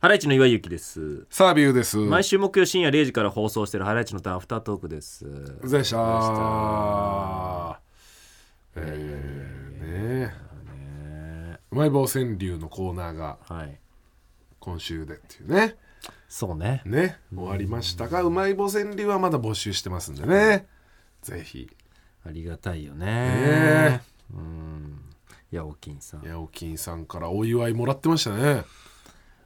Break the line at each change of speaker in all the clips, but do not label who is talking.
ハライチの岩井ゆきです。
サービューです。
毎週木曜深夜0時から放送しているハライチのターンアフタートークです。
でしたー。えー、ね
ね
うまい棒川柳のコーナーが
はい。
今週でっていうね。
そうね。
ね、終わりましたが、うまい棒川柳はまだ募集してますんでね。ぜひ。
ありがたいよ
え
ね。うん。いや、おきんさ
ー、
ん。
ヤオキンさんからお祝いもらってましたね。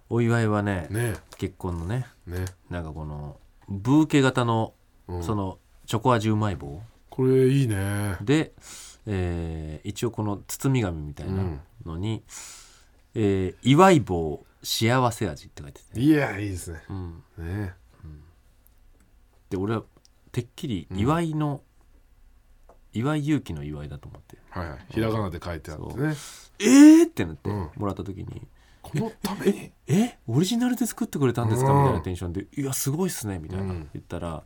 お祝いはね、
ね、
結婚のね、
ね。
なんかこの、ブーケ型の、
うん
その、チョコ味うまい棒
これいいね。
で、えー一応この包み紙みたいなのに、えー祝い棒幸せ味って書いてて。
いや、いいですね。
うん。
ね。
で俺はてっきり祝いの、祝い勇気の祝いだと思って
はいはい。ひらがなで書いてあってね。
えーってなって
うん
もらった時に
このために。
「えオリジナルで作ってくれたんですか?」
うん
みたいなテンションで「いやすごいっすね」みたいな
うん
言ったら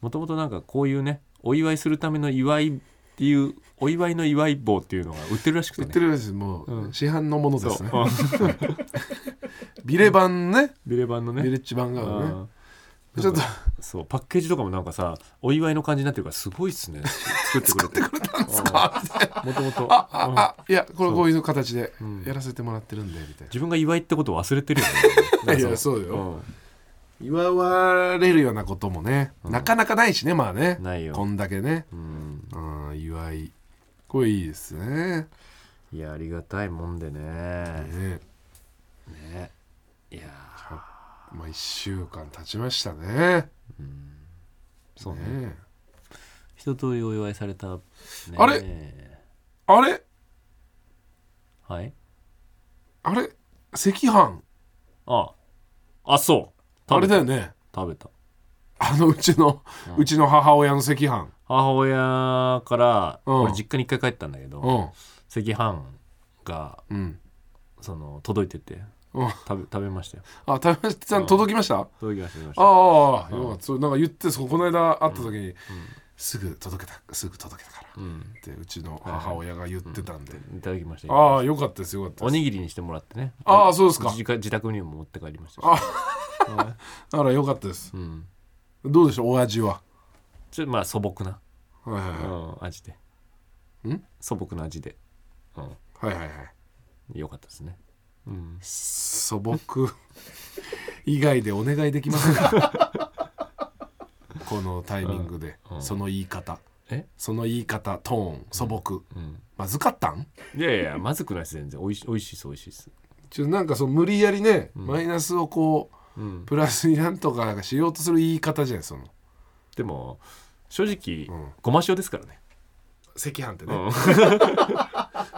もともとなんかこういうねお祝いするための祝いっていうお祝いの祝い棒っていうのが売ってるらしく
売
て
っ
ね
てるやつもう市販のものですね。
そう
ビレ版ね。
ビレ版のね
ビレッジ版があるね。
あー
ちょっと
そうパッケージとかもなんかさお祝いの感じになってるからすごいっすね作ってくれて
作ってくれたんですかみたいな
もともと
あああいやこ
そ
れ
う
こういう形で
うん
やらせてもらってるんでみたい
自分が祝いってことを忘れてるよね
な。
なんか
いやそうよ、
うん
祝われるようなこともね、
うん
なかなかないしねまあね
ないよ
こんだけね、
うん
うん、祝いこれいいですね
いやありがたいもんでね
ね
ねいやー
まあ1週間経ちましたね
そうね
ね
一通りお祝いされた、ね、
あれあれ
はい
あれ赤飯
ああそう
あれだよ
ね
ね
食べた
あのうちの、うちの母親の赤飯
母親から、
うん
俺実家に一回帰ったんだけど、
うん
赤飯が
うん、
その届いてて
うん、あ
食べ食べましたよ
食べました届きました、
届きました届きました
ああ、
うん
よかったそうなんか言ってそうこの間会った時に、すぐ届けたすぐ届けたから
う
っ
ん
てうちの母親が言ってたんで、
いただきました
ああよかったですよかった
お
です
にぎりにしてもらってね
ああそうですか
自家自宅にも持って帰りましたし
あらよかったです
うん
どうでしょうお味は、
ちょっとまあ素朴な、
はいはいは
うん、味で
ん
素朴な味で、うん、
い、はいはいはい
よかったですね、うん、
素朴以外でお願いできませんか このタイミングで、
うんうん
その言い方
え、
その言い方トーン素朴
うん、
まずかったん
いやいやまずくないです全然おいしおいしいですおいしいです、
ちょなんかそう無理やりね、
うん
マイナスをこう
うん、
プラスになんとかしようとする言い方じゃんその
でも正直、
うん
ごま塩ですからね、
赤飯って
う
ね、
ん、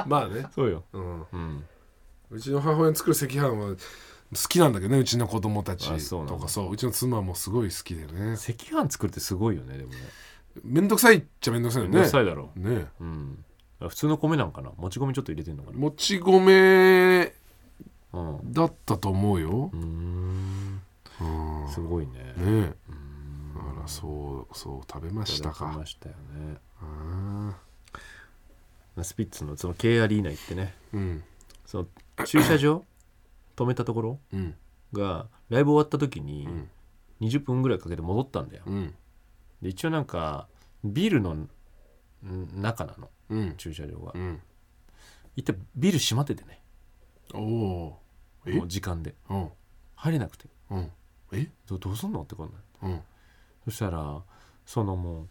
まあね、
そうよ、
うん、
うん、
うちの母親の作る赤飯は好きなんだけどねうちの子供たち
あそうなんだ
とかそううちの妻もすごい好きでね
赤飯作るってすごいよねでもね
めんどくさいっちゃめんどくさいよ
めん
ね
どくさいだろう、
ね
うん、普通の米なんかなもち米ちょっと入れてんのかな
もち米
うんう
だったと思うよ
ー、ん
うん、ね
すごいね
え
うん
あらそうそう食べま
い
した
だ
た
き
か
ましたよね
うん
スピッツのその K アリーナ行ってね
うん
その駐車場止めたところ
うん
がライブ終わった時に
うん
20分ぐらいかけて戻ったんだよ、
うん
で一応なんかビルのん中なの
うん
駐車場が
うん
一体ビル閉まっててね
おおーえ
もう時間で
うん
入れなくて
うんえ
どどうすんのってこんなん
うん
そしたらそのもう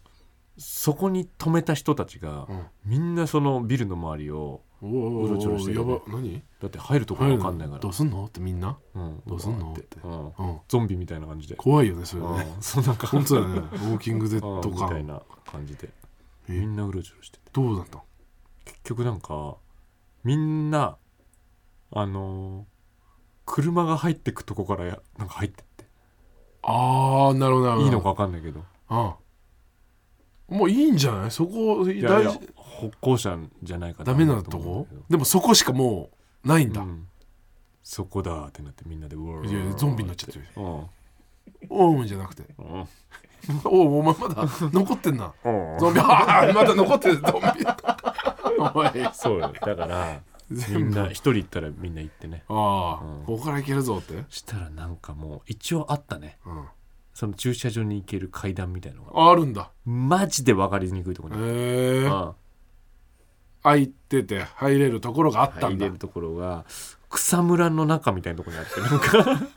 そこに止めた人たちが
うん
みんなそのビルの周りを
おーお
うろちょろして
ー
る
や
よね
ば何
だって入るところ分かんないから
どうすんのってみんな
うん
どうすんのって
うん
うん
ゾンビみたいな感じで
怖いよねそれね
うんそうなんか
本当だよねウォーキングデッド
みたい
感
な感じで
え
みんなうろちょろしてて
どうだったの
結局なんかみんなあのー車が入ってくとこからやなんか入ってって
ああなるほどなるほど
いいのか分かんないけど
うんもういいんじゃないそこ
いや
大
いや
事
歩行者じゃないか
ダメなとこでもそこしかもうないんだ
うんそこだってなってみんなでうわ
いやいやゾンビになっちゃってる
うん
おうじゃなくて
うん
おうお前まだ残ってんなゾンビあーまだ残ってるゾンビおい
そうよだからみ
全
ん
部
な一人行ったらみんな行ってね
ああ、
うん
ここから行けるぞって、
したらなんかもう一応あったね
うん、
その駐車場に行ける階段みたいのが
あるんだ
マジで分かりにくいとこ
へ
ろに、
え
うん
空いてて入れるところがあった
入
んだ
れるところが草むらの中みたいなところにあってなん か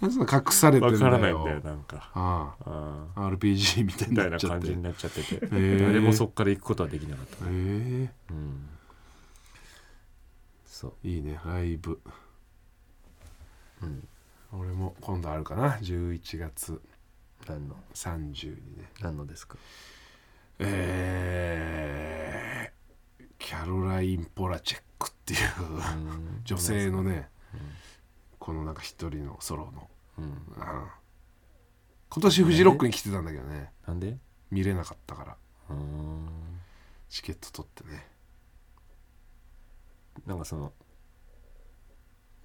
なんでそんな隠されてる
分
んだ
か
よ
らないんだよなんか、
あ
うん
あ RPG みたいに
みた
ないっ
な
ちゃっ
感
て
じ
へ
になっちゃってて、
ー
誰もそこから行くことはできなかった、
え
うん、そう
いいねライブ
うん
俺も今度あるかな11月
何の
30にね
何のですか
えーキャロライン・ポラチェックっていう
うん
女性のね、
うん
このなんか一人のソロの、
うん
うん今年フジロックに来てたんだけどね
なんで
見れなかったから
うん
チケット取ってね
なんかその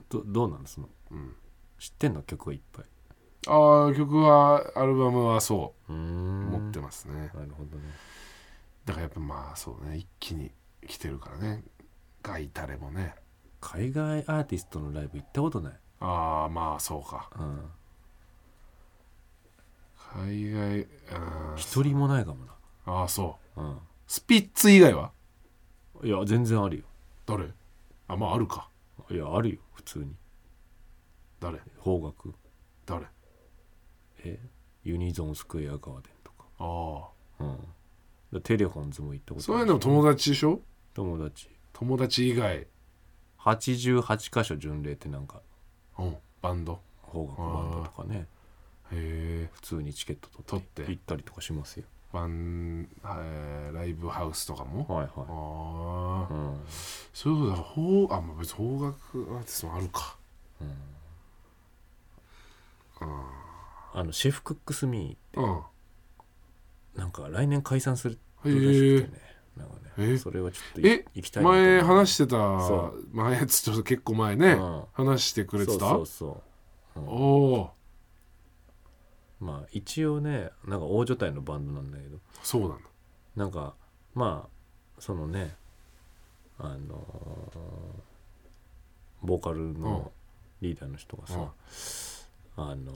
どどうなのその
うん
知ってんの曲がいっぱい
ああ曲はアルバムはそうう持
持
って
ま
ますね、
なるほどね
だからやっぱまあそうね一気に来てるからねガイタレもね
海外アーティストのライブ行ったことない、
ああまあそうか
うん、
海外あー
一人もないかも
あーそう
な、
スピッツ以外は
うん、いや全然ある
誰あまああるか
よいやあるよ普通に
誰
邦楽
誰あ
えユニゾンスクエアガーデンとか,、
あ
うん、だテレフォンズも行ったこと
そういうのも友達でしょ
友達
友達以外、
88箇所巡礼ってなんか
うん、バンド
邦楽バンドとかね
へえ
普通にチケット取って
取って
行ったりとかしますよ
バン、えーライブハウスとかも
はい
あ
は
あ
い、う
ー
ん
そういうことだほうあまあ別に邦楽アーティストもあるか
うん、
う
あのシェフ・クックス・ミ
ん、うん、
ーなんか来年解散する
へ
らしく
え
てねなんか
え
ね
ー
それはちょっと
え
い行きたいなと思う
前話してた
そ
前つと結構前ね、
うん
話してくれてた
そうそうそう、うん
おお
まあ一応ねなんか大所帯のバンドなんだけど
そうなんだ
なんかまあそのねあのーボーカルのリーダーの人がさ、あの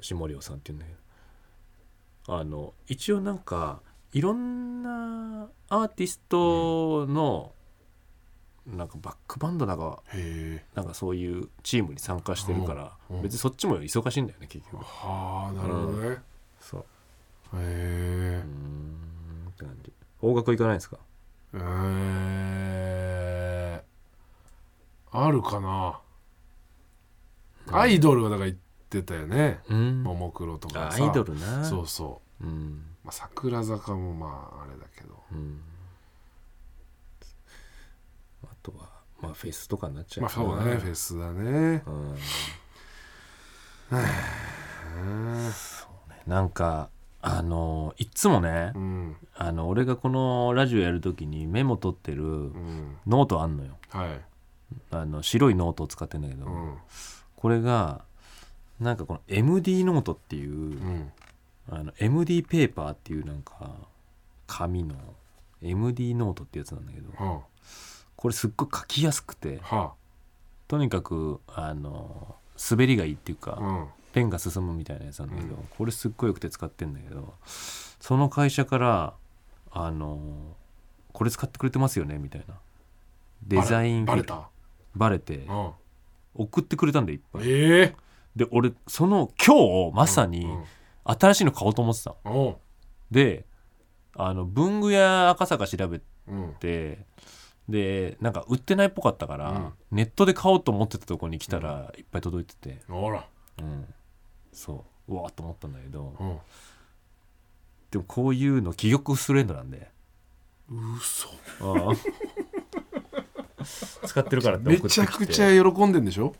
ー下涼さんっていうんだけどあの一応なんかいろんなアーティストの、なんかバックバンドだか
へえ
なんかそういうチームに参加してるから、
うんうん
別にそっちも忙しいんだよね結局。
はあなるほどね、へ
そう
え
うーんって感じ方角行かないですか
えーあるかなアイドルはだから言ってたよね
うん
ももクロとか
あ
さ
アイドルな、
そうそう
ん
う、まあ、桜坂もまああれだけど
うん、あとはまあフェスとかになっちゃう
まあそうだねフェ
ス
スだね
うん
うん
なんかあのいっつもね
うん
あの俺がこのラジオやるときにメモ取ってる
うん
ノートあんのよ
はい
あの白いノートを使ってんだけど、
うん
これがなんかこの MD ノートっていう、
うん
あの MD ペーパーっていうなんか紙の MD ノートってやつなんだけど
は
これすっごい書きやすくて
あは
とにかくあの滑りがいいっていう
あ
か
うん
ペンが進むみたいなやつなんだけどこれすっごいよくて使ってんだけどその会社からあのこれ使ってくれてますよねみたいなデザイン
バレバレ
バレて
たうん
送ってくれたんだよいっぱい
ええ
で俺その今日まさに
うん
新しいの買おうと思ってたの
おう
であの文具屋赤坂調べ
うん
てでなんか売ってないっぽかったから、
うん
ネットで買おうと思ってたとこに来たらいっぱい届いてて、
ほら
うん、そううわーっと思ったんだけど
うん
でもこういうの記憶スレンドなんで
嘘
ああ使ってるからって送
め
ってき
ち
て
ゃくちゃ喜んでんでしょ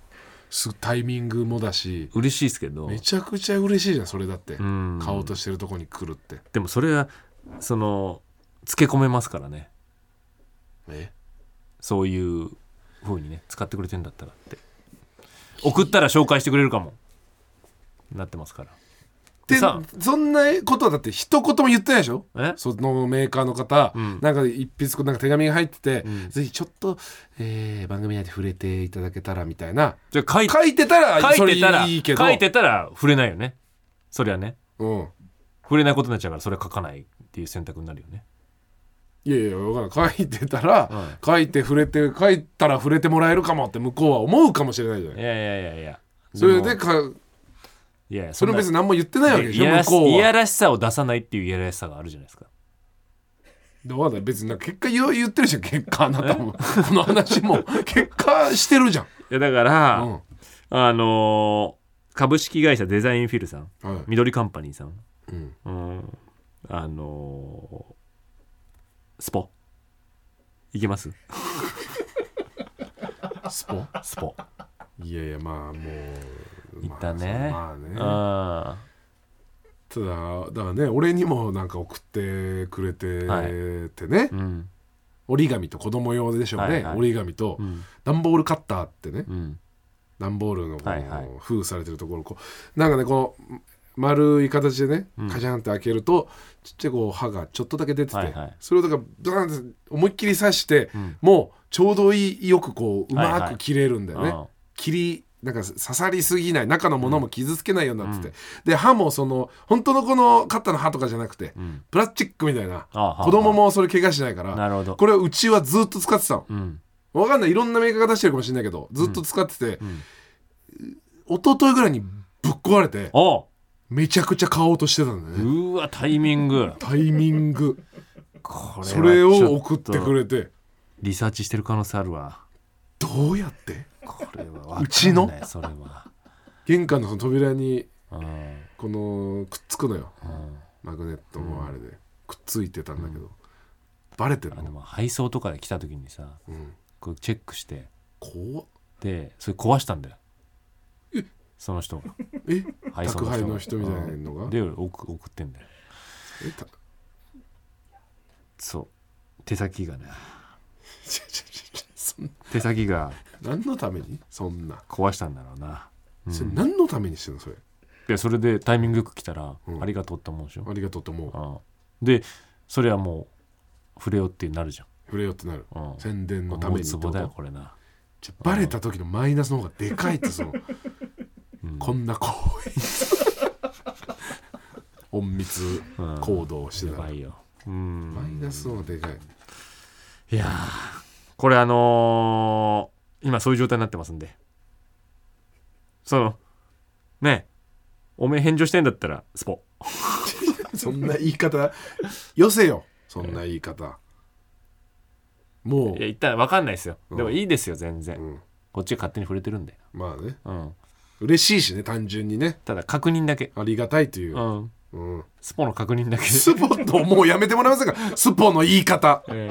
すタイミングもだし
嬉しいですけど
めちゃくちゃ嬉しいじゃんそれだって
うん
買おうとしてるとこに来るって
でもそれはそのつけ込めますからね
え
そういう風にね使ってくれてんだったらって送ったら紹介してくれるかもなってますからで
て
さ
そんなことはだって一言も言ってないでしょ
え
そのメーカーの方、
うん
なんか一筆なんか手紙が入ってて、
うん
ぜひちょっと、えー番組内で触れていただけたらみたいな
じゃあ書い
書いてたら
書
そ
い
れ
てたら
いいけど
書いてたら触れないよねそりゃね
うん、
触れないことになっちゃうからそれは書かないっていう選択になるよね
いやいや分からん書いてたら、
うん
書いて触れて書いたら触れてもらえるかもって向こうは思うかもしれないじゃ
い
ない
やいやいやいや
それで
も
か
いやいや
それ別に何も言ってないわけで
い
しょ
やら
向
し
こう
いや
は
らしさを出さないっていういやらしさがあるじゃないですか
どうだ別になんか結果言う言ってるじゃん結果あなたもこの話も結果してるじゃん、
いやだか
う
ら、
ん
あのー株式会社デザインフィルさん
はい
緑カンパニーさん、
うん、
うん、あのースポいけます
スポ
スポ
いやいやまあもう
行ったね
まあそうまあね
あ
ただだからね俺にもなんか送ってくれ
は
ててね、
ーうん
折り紙と子供用でしょうね、
はいはい
折り紙と
うん
段ボールカッターってね
うん
段ボールのこの、
はいはい
封されてるところをこうなんかねこの丸い形でね
うん
カシャンって開けると、ちっちゃいこう歯がちょっとだけ出てて、
はいはい
それをだからブーンって思いっきり刺して、
うん
もうちょうどいいよくこうう
はい
ま
は
く
い
切れるんだよね、
うん
切りなんか刺さりすぎない中のものも傷つけないようになってて、で歯もその本当のこのカッターの歯とかじゃなくて
うん
プラスチックみたいな
あはあ
子供もそれ怪我しないから
なるほど
これはうちはずっと使ってたの
うん
わかんないいろんなメーカーが出してるかもしれないけどずっと使ってて、
うん
一昨日ぐらいにぶっ壊れて
お
めちゃくちゃ買おうとしてたんだ
う
よね
ーわタイミング
タイミング
これは
それ
ち
を
ょ
送って
と
くれて
リサーチしてる可能性あるわ
どうやって
これはわかんないう
ちの
それは
玄関のその扉に
うん
このくっつくのよ
うん
マグネットもあれでくっついてたんだけど、バレてる
あ
の
のまあ配送とかで来た時にさ
うん
こうチェックして
怖っ
でそれ壊したんだよ
え
その人が
え
配送
宅配の
の
人
人
み
が
たいなのが、
うんで送送ってんだよ
えた
そう手先がね
ちょちょちょそんな
手先が
何のためにそんな、
壊したんだろうな、うん、
それ何のためにしてんのそれ
でそれでタイミングよく来たら、
うん
ありがとうって思うでしょ、
ありがとうと思う
うん、でそれはもう触れようってなるじ
触れようってなる
ゃん、うん、
宣伝のた
思う
めにって
ツ
こと
ボだよこれな、
じゃバレた時のマイナスの方がでかいってその
うん
こんな行為隠密
うん
行動をして
や
た
ば
ら
いようん
マイナスの方がでかい
いやーこれあのー今そういう状態になってますんでそのねえおめえ返上してんだったらスポ
そんな言い方よせよそんな言い方も
い
う
や、言ったら分かんないですよ
うん
でもいいですよ全然、
うん
こっちが勝手に触れてるんで、
まあね
うん、
嬉しいしね単純にね
ただ確認だけ、
ありがたいという
う、ん、
うん、
スポの確認だけ
スポットもうやめてもらえませんかスポの言い方
え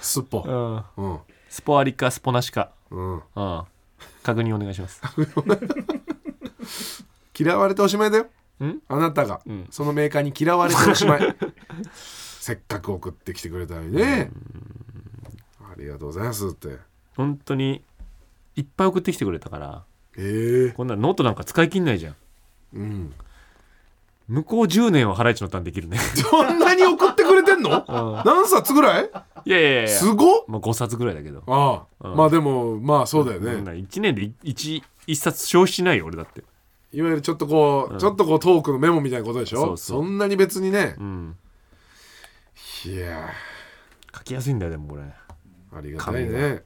スポ
えうん
うん
スポありかスポなしか、
うん
うん、確認お願いします
嫌われておしまいだよ
ん
あなたが、
うん
そのメーカーに嫌われておしまい せっかく送ってきてくれたのにねありがとうございますって
本当にいっぱい送ってきてくれたから
ええ
こんなノートなんか使い切んないじゃん
うん
向こう10年はハライチのターンできるね
そんなに送ってくれてんの何冊ぐらい
いやいやいやいや
すごっ
まあ、5冊ぐらいだけど、
ああ、
うん
まあでもまあそうだよね、
そんな1年で 1, 一冊消費しないよ俺だって
いわゆるちょっとこう、
うん
ちょっとこうトークのメモみたいなことでしょ
そうそうん
なに別にね
うん
いや
書きやすいんだよでもこれ、うん、
ーありがたい
神
ね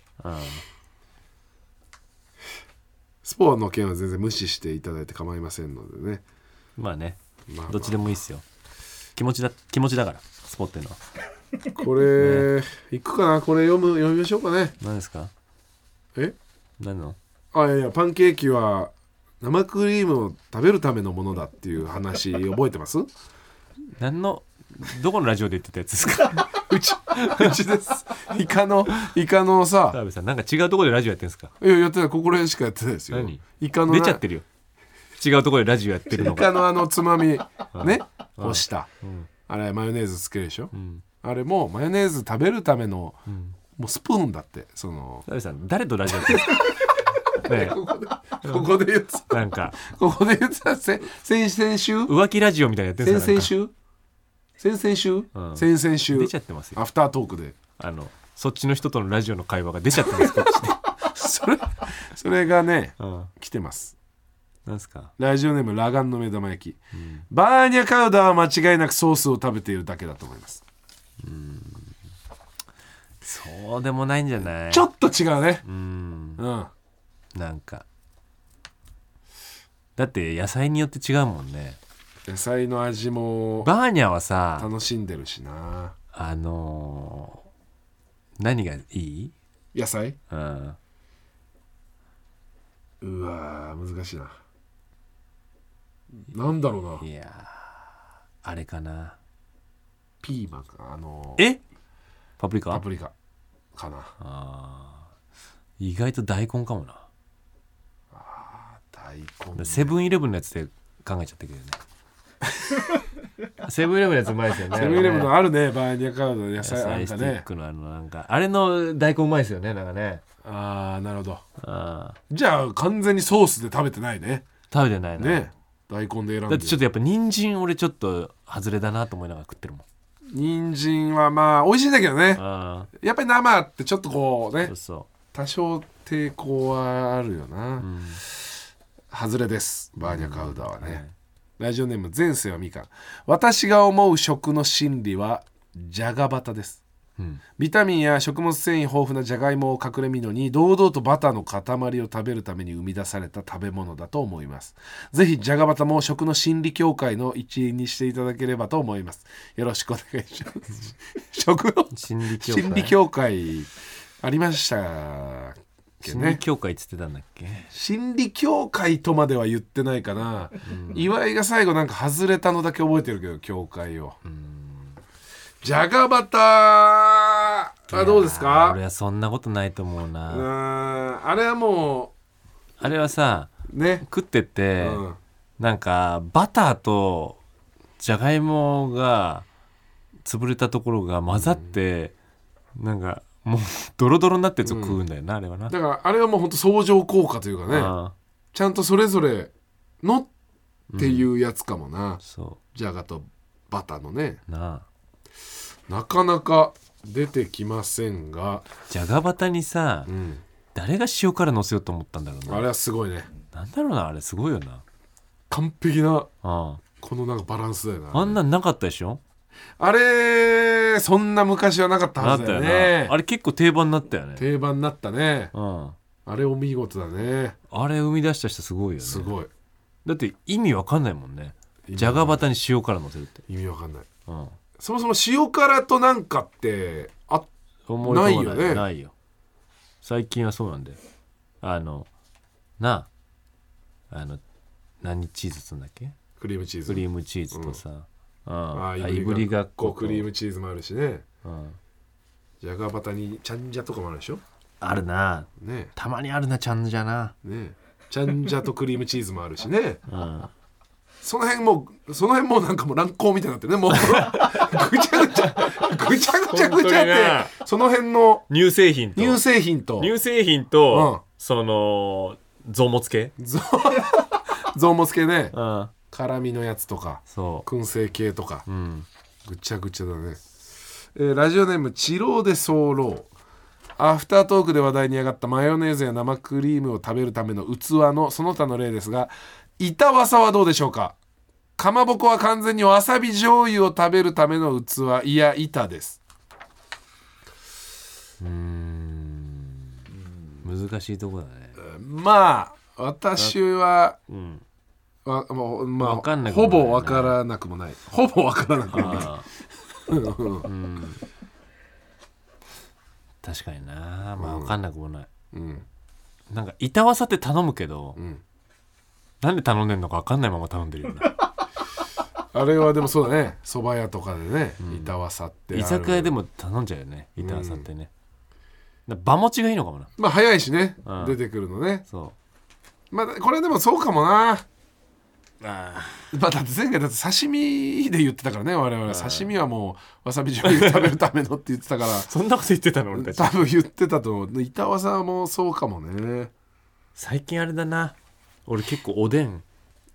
スポーの件は全然無視していただいて構いませんのでね
まあね
まあまあ
どっちでもいいっすよ気持ちだ気持ちだからスポっていうのは
これ、いくかなこれ読む読みましょうかね
何ですか
え
何の
あいやいやパンケーキは生クリームを食べるためのものだっていう話覚えてます う
何のどこのラジオで言ってたやつですか
ちうちですイカのイカのさ
澤部さんなんか違うところでラジオやってんですか
いややってないここら辺しかやってないですよ
何
イカのな
出ちゃってるよ違うところでラジオやってるの
イカ
が、
のあのつ まみね
うん
押した
うん
あれマヨネーズつけるでしょ
うん
あれもマヨネーズ食べるための
うん、
もうスプーンだってその
澤部さん誰とラジオやってるんですかねえ
ここでここで言ってた
なんか
ここで言ってたせ先々週
浮気ラジオみたいなのやってるん
先
ですよ
々週先々週、
うん
先々
なんか
週
出ちゃってますよ
アフタートークで
あのそっちの人とのラジオの会話が出ちゃってますこっちで
それそれがね
うん
来てます
なんすか
ラジオネームラガンの目玉焼き、バーニャカウダは間違いなくソースを食べているだけだと思います
そうでもないんじゃない
ちょっと違うね
うん
うん
なんかだって野菜によって違うもんね
野菜の味も
バーニャはさ
楽しんでるしな
あのー何がいい、
野菜
うん、
うわー難しいななんだろうない
やーあれかな
ピーマンかあの
えパプリ
パ
カ
プリカかな
あー意外と大根かもな
大根ね
セブンイレブンのやつで考えちゃったけどねセブンイレブンのやつうまいですよね
セブンイレブ
あ
ン
のね
のあるねバーニャカウダの野
野
菜な
菜
んか
スティッ
ね
クのあのなんかあれの大根うまいですよねなんかね
ああなるほど
あー
じゃあ完全にソースで食べてないね
食べてないな、
ね大根で選んでる
だってちょっとやっぱ人参俺ちょっと外れだなと思いながら食ってるもん
人参はまあ美味しいんだけどね
あ
やっぱり生ってちょっとこう
あ
ね
そうそ
多少抵抗はあるよな、
う、うん
外れですバーニャカウダはね、
はい
ラジオネーム前世はみかん私が思う食の真理はじゃがバタです
うん、
ビタミンや食物繊維豊富なじゃがいもを隠れみのに堂々とバターの塊を食べるために生み出された食べ物だと思いますぜひじゃがバタも食の心理協会の一員にしていただければと思いますよろしくお願い します食の
心理協会
心理協会ありましたっけ
心理
ね
協会っつってたんだっけ
心理協会とまでは言ってないかな、岩井が最後なんか外れたのだけ覚えてるけど協会をじゃがバターはどうです
いやー
か
俺はそんなことないと思う
う
な、
ーんあれはも
あれはさ
うね、
食ってて、
うん
なんかバターとじゃがいもが潰れたところが混ざって、なんかもう ドロドロになったやつを食うんだよな、あれはな、
だからあれはもうほんと相乗効果というかね
ああ
ちゃんとそれぞれのっていうやつかもな、
そ
じゃがとバターのね
うなあ
なかなか出てきませんが、
じゃがバタにさ、
うん、
誰が塩辛乗せようと思ったんだろう
あ
な
れはすごいね
なんだろうなあれすごいよな
完璧な
あ
このなんかバランスだよな
ああんなんなかったでしょ
あれそんな昔はなかった
な
は
っ
ず
た
だよ
よ
ね
なあれ結構定番になったよね
定番になったね
うん
あれお見事だね
あれ生み出した人すごいよね
すごい
だって意味わかんないもんねじゃがバタに塩辛乗せるって、
意味わかんない
うん、
そもそも塩辛となんかってあ
思い浮かばない
ないよね
ないよ最近はそうなんだよあのなああの何チーズっつうんだっけ
クリームチー
ク
ズ
リームチーズとさ、うん
あ
あ
ー
いぶりがっ
こ
こ
クリームチーズもあるしね
うん、
じゃがバタにちゃんじゃとかもあるでしょ
あるな
ね
たまにあるなちゃんじゃな
えねえちゃんじゃとクリームチーズもあるしね
うん
その辺もうその辺もうなんかもう乱高みたいになってる ねもうぐちゃぐちゃぐちゃぐちゃぐちゃ
本当に
っ
ね
てその辺の
乳製品と
乳製品と
乳製品と、
う
その臓物系
ゾゾウモス系ね
うん
辛みのやつとか
そ
燻製系とか
ううん
ぐちゃぐちゃだね、えーラジオネーム「チローで候」アフタートークで話題に上がったマヨネーズや生クリームを食べるための器のその他の例ですが板わさはどうでしょうかかまぼこは完全にわさび醤油を食べるための器いや板です
難しいとこだね
まあ私は
うん
わもうま
わかん
あ
なくもないな
ほぼわからなくもないほぼわからなくもない
ああうん確かになまあ分かんなくもない、
うん
なんか板わさって頼むけど、
ん
なんで頼んでんのか分かんないまま頼んでるよ な
あれはでもそうだね蕎麦屋とかでね板わさってあ
居
る
酒屋でも頼んじゃうよね板わさってね、だから場持ちがいいのかもな
まあ早いしね、
うん
出てくるのね
そ
まあこれでもそうかもな
うあ
まあだって前回だって刺身で言ってたからね我々刺身はもうわさび醤油食べるためのって言ってたから
そんなこと言ってたの俺 たち
多分言ってたと思う板わさもそうかもね
最近あれだな俺結構おでん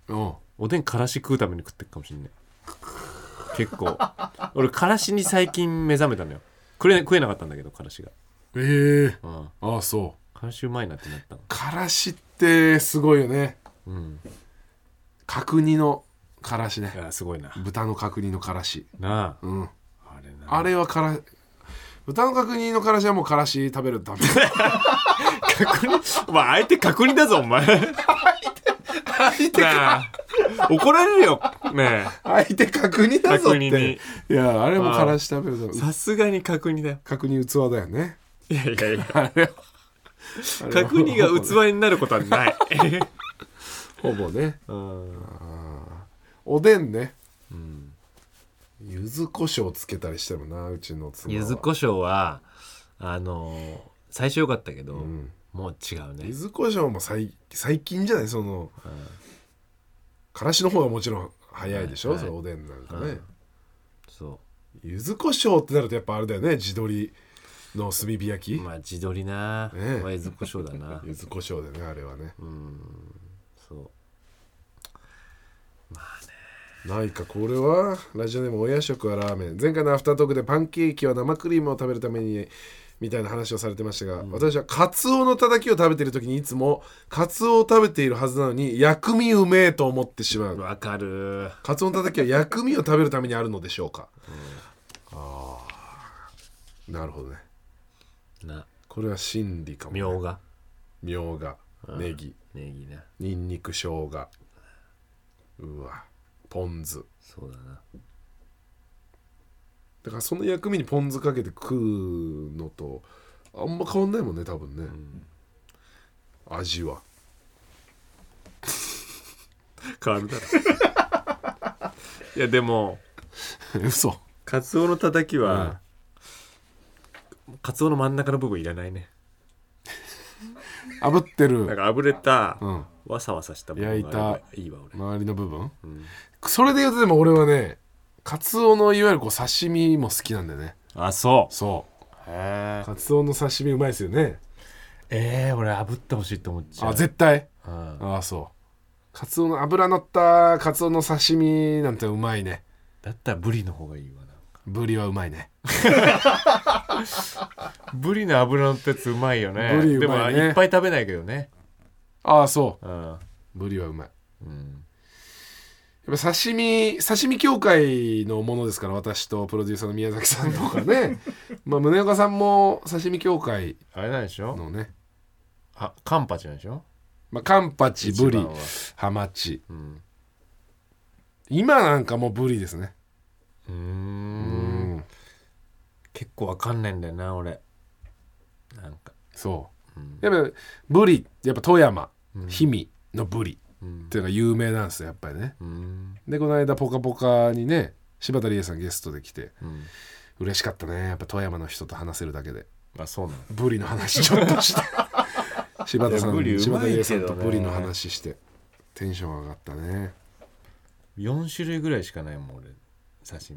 うん
おでんからし食うために食ってるかもしんない結構俺からしに最近目覚めたのよ食え食えなかったんだけどからしが、
ええ
うん、
ああそう
からしうまいなってなったの
からしってすごいよね
うん
角煮のからし
い
ね
やすごいな
豚の角煮のからし
なあ
うん
あれな
あれはから豚の角煮のからしはもうからし食べる ため
確認お前相手確認だぞお前
相手
なあ怒られるよね
相手角煮だぞっ
角煮
て
に
いやあれもからし食べる
え
ため
さすがに確認だよ
角煮器だよね
いやいやいや
あれは
角煮が器になることはない
ほぼね
うん
おでんね
うん
柚子胡椒つけたりしてもなうちの妻は
柚子胡椒はあのー最初良かったけど、
ん
もう違うね
柚、子胡椒も最最近じゃないそのからしの方がもちろん早いでしょ、
はい
そのおでんなんかね、
うんそ
柚子胡椒ってなるとやっぱあれだよね地鶏の炭火焼
う
き、
まあ自撮りな、
ねえ
まあ柚子胡椒だな
柚子胡椒でねあれはね
うんそう
ないかこれはラジオネーム親食はラーメン前回のアフタートークでパンケーキは生クリームを食べるためにみたいな話をされてましたが、私はカツオのたたきを食べてる時にいつもカツオを食べているはずなのに薬味うめえと思ってしまう
わかる
カツオのたたきは薬味を食べるためにあるのでしょうか、ああなるほどね
な
これは真理かもね
みょうが
みょうがネギ
ネギな
にんにく生姜うわポン酢
そうだな
だからその薬味にポン酢かけて食うのとあんま変わんないもんね多分ね、味は
変わるだろいやでも
嘘
カツオのたたきは、カツオの真ん中の部分いらないね
炙って
なん
る
か炙れた、
うん
わさわさした部
焼い
分
た
がいいわ俺、
周りの部分
うん
それで言うとでも俺はねカツオのいわゆるこう刺身も好きなんだよね
あそう
そう
へ
カツオの刺身うまいですよね
えー、俺炙ってほしいと思っちゃう
あ絶対
うん
ああそうカツオの油乗ったカツオの刺身なんてうまいね
だったらブリの方がいいわなんか
ブリはうまいね
ブリの油のったやつうまいよね
ブリうまいね
でもいっぱい食べないけどね
ああそ
うん、
うブリはうまい
うん、
やっぱ刺身刺身協会のものですから私とプロデューサーの宮崎さんとかね まあ宗岡さんも刺身協会
あれなんでしょ
のね、
あカンパチなんでしょ
まあ、カンパチ
一
ブリ
番は
ハマチ
うん
今なんかもうブリですね
うー
うんん
結構わかんないんだよな俺なんか
そう
うん
やっぱブリやっぱ富山
うん
氷見のブリ
うん
っていうのが有名なんですよやっぱりね
うん
でこの間「ぽかぽか」にね柴田理恵さんゲストで来て
うん
嬉しかったねやっぱ富山の人と話せるだけで
あそうなの
ブリの話ちょっと して柴田さ
い
ん
やブリうまいけど
柴
ね
田理恵さんとブリの話してテンション上がったね
4種類ぐらいしかないもん俺刺身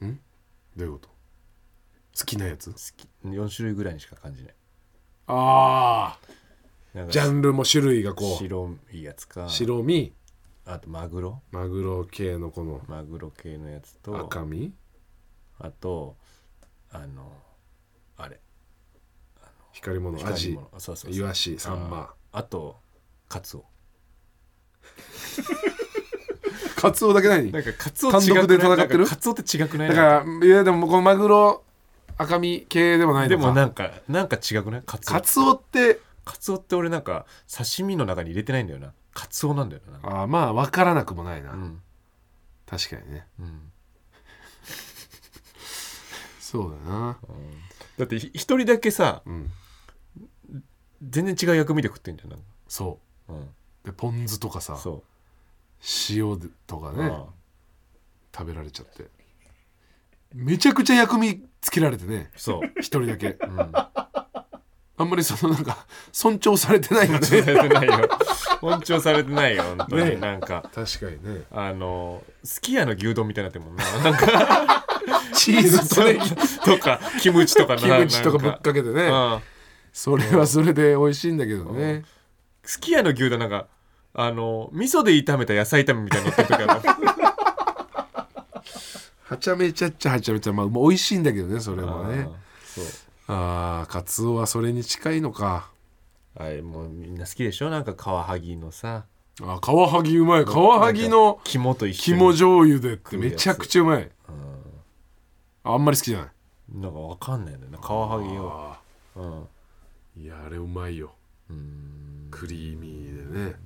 どういうこと好きなやつ
好き4種類ぐらいにしか感じない
ああ
なんか
ジャンルも種類がこう
白いやつか
白身
あとマグロ
マグロ系のこの
マグロ系のやつと
赤身
あとあのあれ
光り物ア
光り
ジ
物あそうそうそう
イワシサンマ
あとカツオ
カツオだけ何
なんかカツオ
単独で戦ってる
なんかカツオって違くない
だからいやでもこのマグロ赤身系でもないのか
でもなんかなんか違くないカツオ
カツオって
カツオって俺なんか刺身の中に入れてないんだよなカツオなんだよな
あーまあ分からなくもないな、
うん
確かにね
うん
そうだな
だってひ一人だけさ
うん
全然違う薬味で食ってんじゃんなんか
そ
うん
うでポン酢とかさ
そ
塩とか
う
ね
ああ
食べられちゃってめちゃくちゃ薬味つけられてね
そう
一人だ け
うん
あんまりそのなんか尊重されてないよ
され
ね
てないよ本調されてないよ本当に、
ね
なんか
確かにね
あのすき家の牛丼みたいになってるもんななんか
チーズとね
とかキムチとかな
キムチとかぶ
な
っ
ん
かけてね
うん
それはそれで美味しいんだけどね
すき家の牛丼なんかあの味噌で炒めた野菜炒めみたいになってる時ある
はちゃめちゃっちゃはちゃめちゃまあもう美味しいんだけどねそれもね
あーそう
あーカツオはそれに近いのか
あれもうみんな好きでしょなんかカワハギのさ
あカワハギうまいカワハギの
肝と一緒に
肝醤油でってめちゃくちゃうまいあんまり好きじゃない
なんかわかんないんだよなカワハギを
あ
うん
ーいやあれうまいよ
うん
クリーミーでね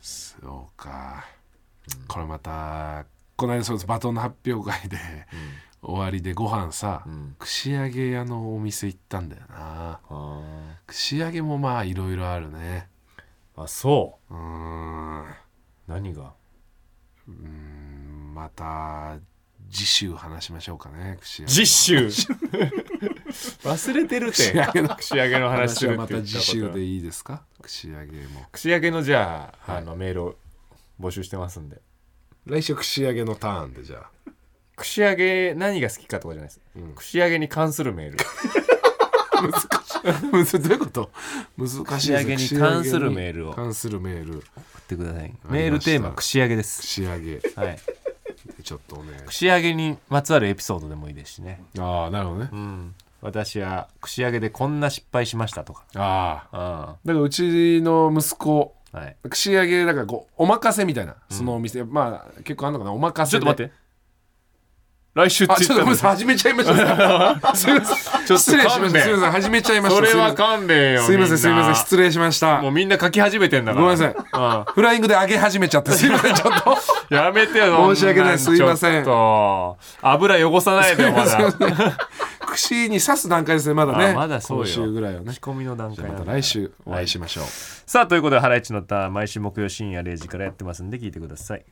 そうかこれまたこの間そうですバトンの発表会で終わりでご飯さ
うん
串揚げ屋のお店行ったんだよな
あ
串揚げもまあいろいろあるね
ーあそう
ーんう
何が
ーんまた次週話しましょうかね串揚げ
実習忘れてるて
串揚げの
串揚げの話す
話
る
は
って言
ま
ったこと
た次週でいいですか串揚げも
串揚げのじゃあ,、
はい
あのメールを募集してますんで
来週串揚げのターンでじゃあ
串揚げ何が好きかとかじゃないです、
うん
串揚げに関するメール
む ずどういうこと難しいで
串揚
すね
げに関するメールを
串揚げに関するメール
送ってください
た
メールテーマ串揚げです、
串揚げ
はい、
ちょっとね
串揚げにまつわるエピソードでもいいですしね、
ああなるほどね
うん、私は串揚げでこんな失敗しましたとか
ああ
あ
だからうちの息子
あ、はい、
串揚げだからこうお任せみたいなそのお店、まあ結構あんのかなお任
ち
せ
ょっと待
って
って来週って
あちょっとごめんなさい始めちゃいま したすいません
ちょっと
失礼しま
勘
し
弁
たすいません始めちゃいました
それは勘弁よ
すいませんすいませんすいません
礼
失礼しました
もうみんな書き始めてんだか
ご
ら
めんなさい
うん
フライングで揚げ始めちゃってすいませんちょっと
やめてよ。
申し訳ない
そんなん
すいません
ちょっと、油汚さ ないでよ、まだ。
串に刺す段階ですねまだね
あまだそうよ
今週ぐらいはね
仕込みの段
じゃ
階
あ
な
ま
ん
た
だ
来週お会いしましょう、
さあ、ということで、ハライチのターン、毎週木曜深夜0時からやってますんで、聞いてください。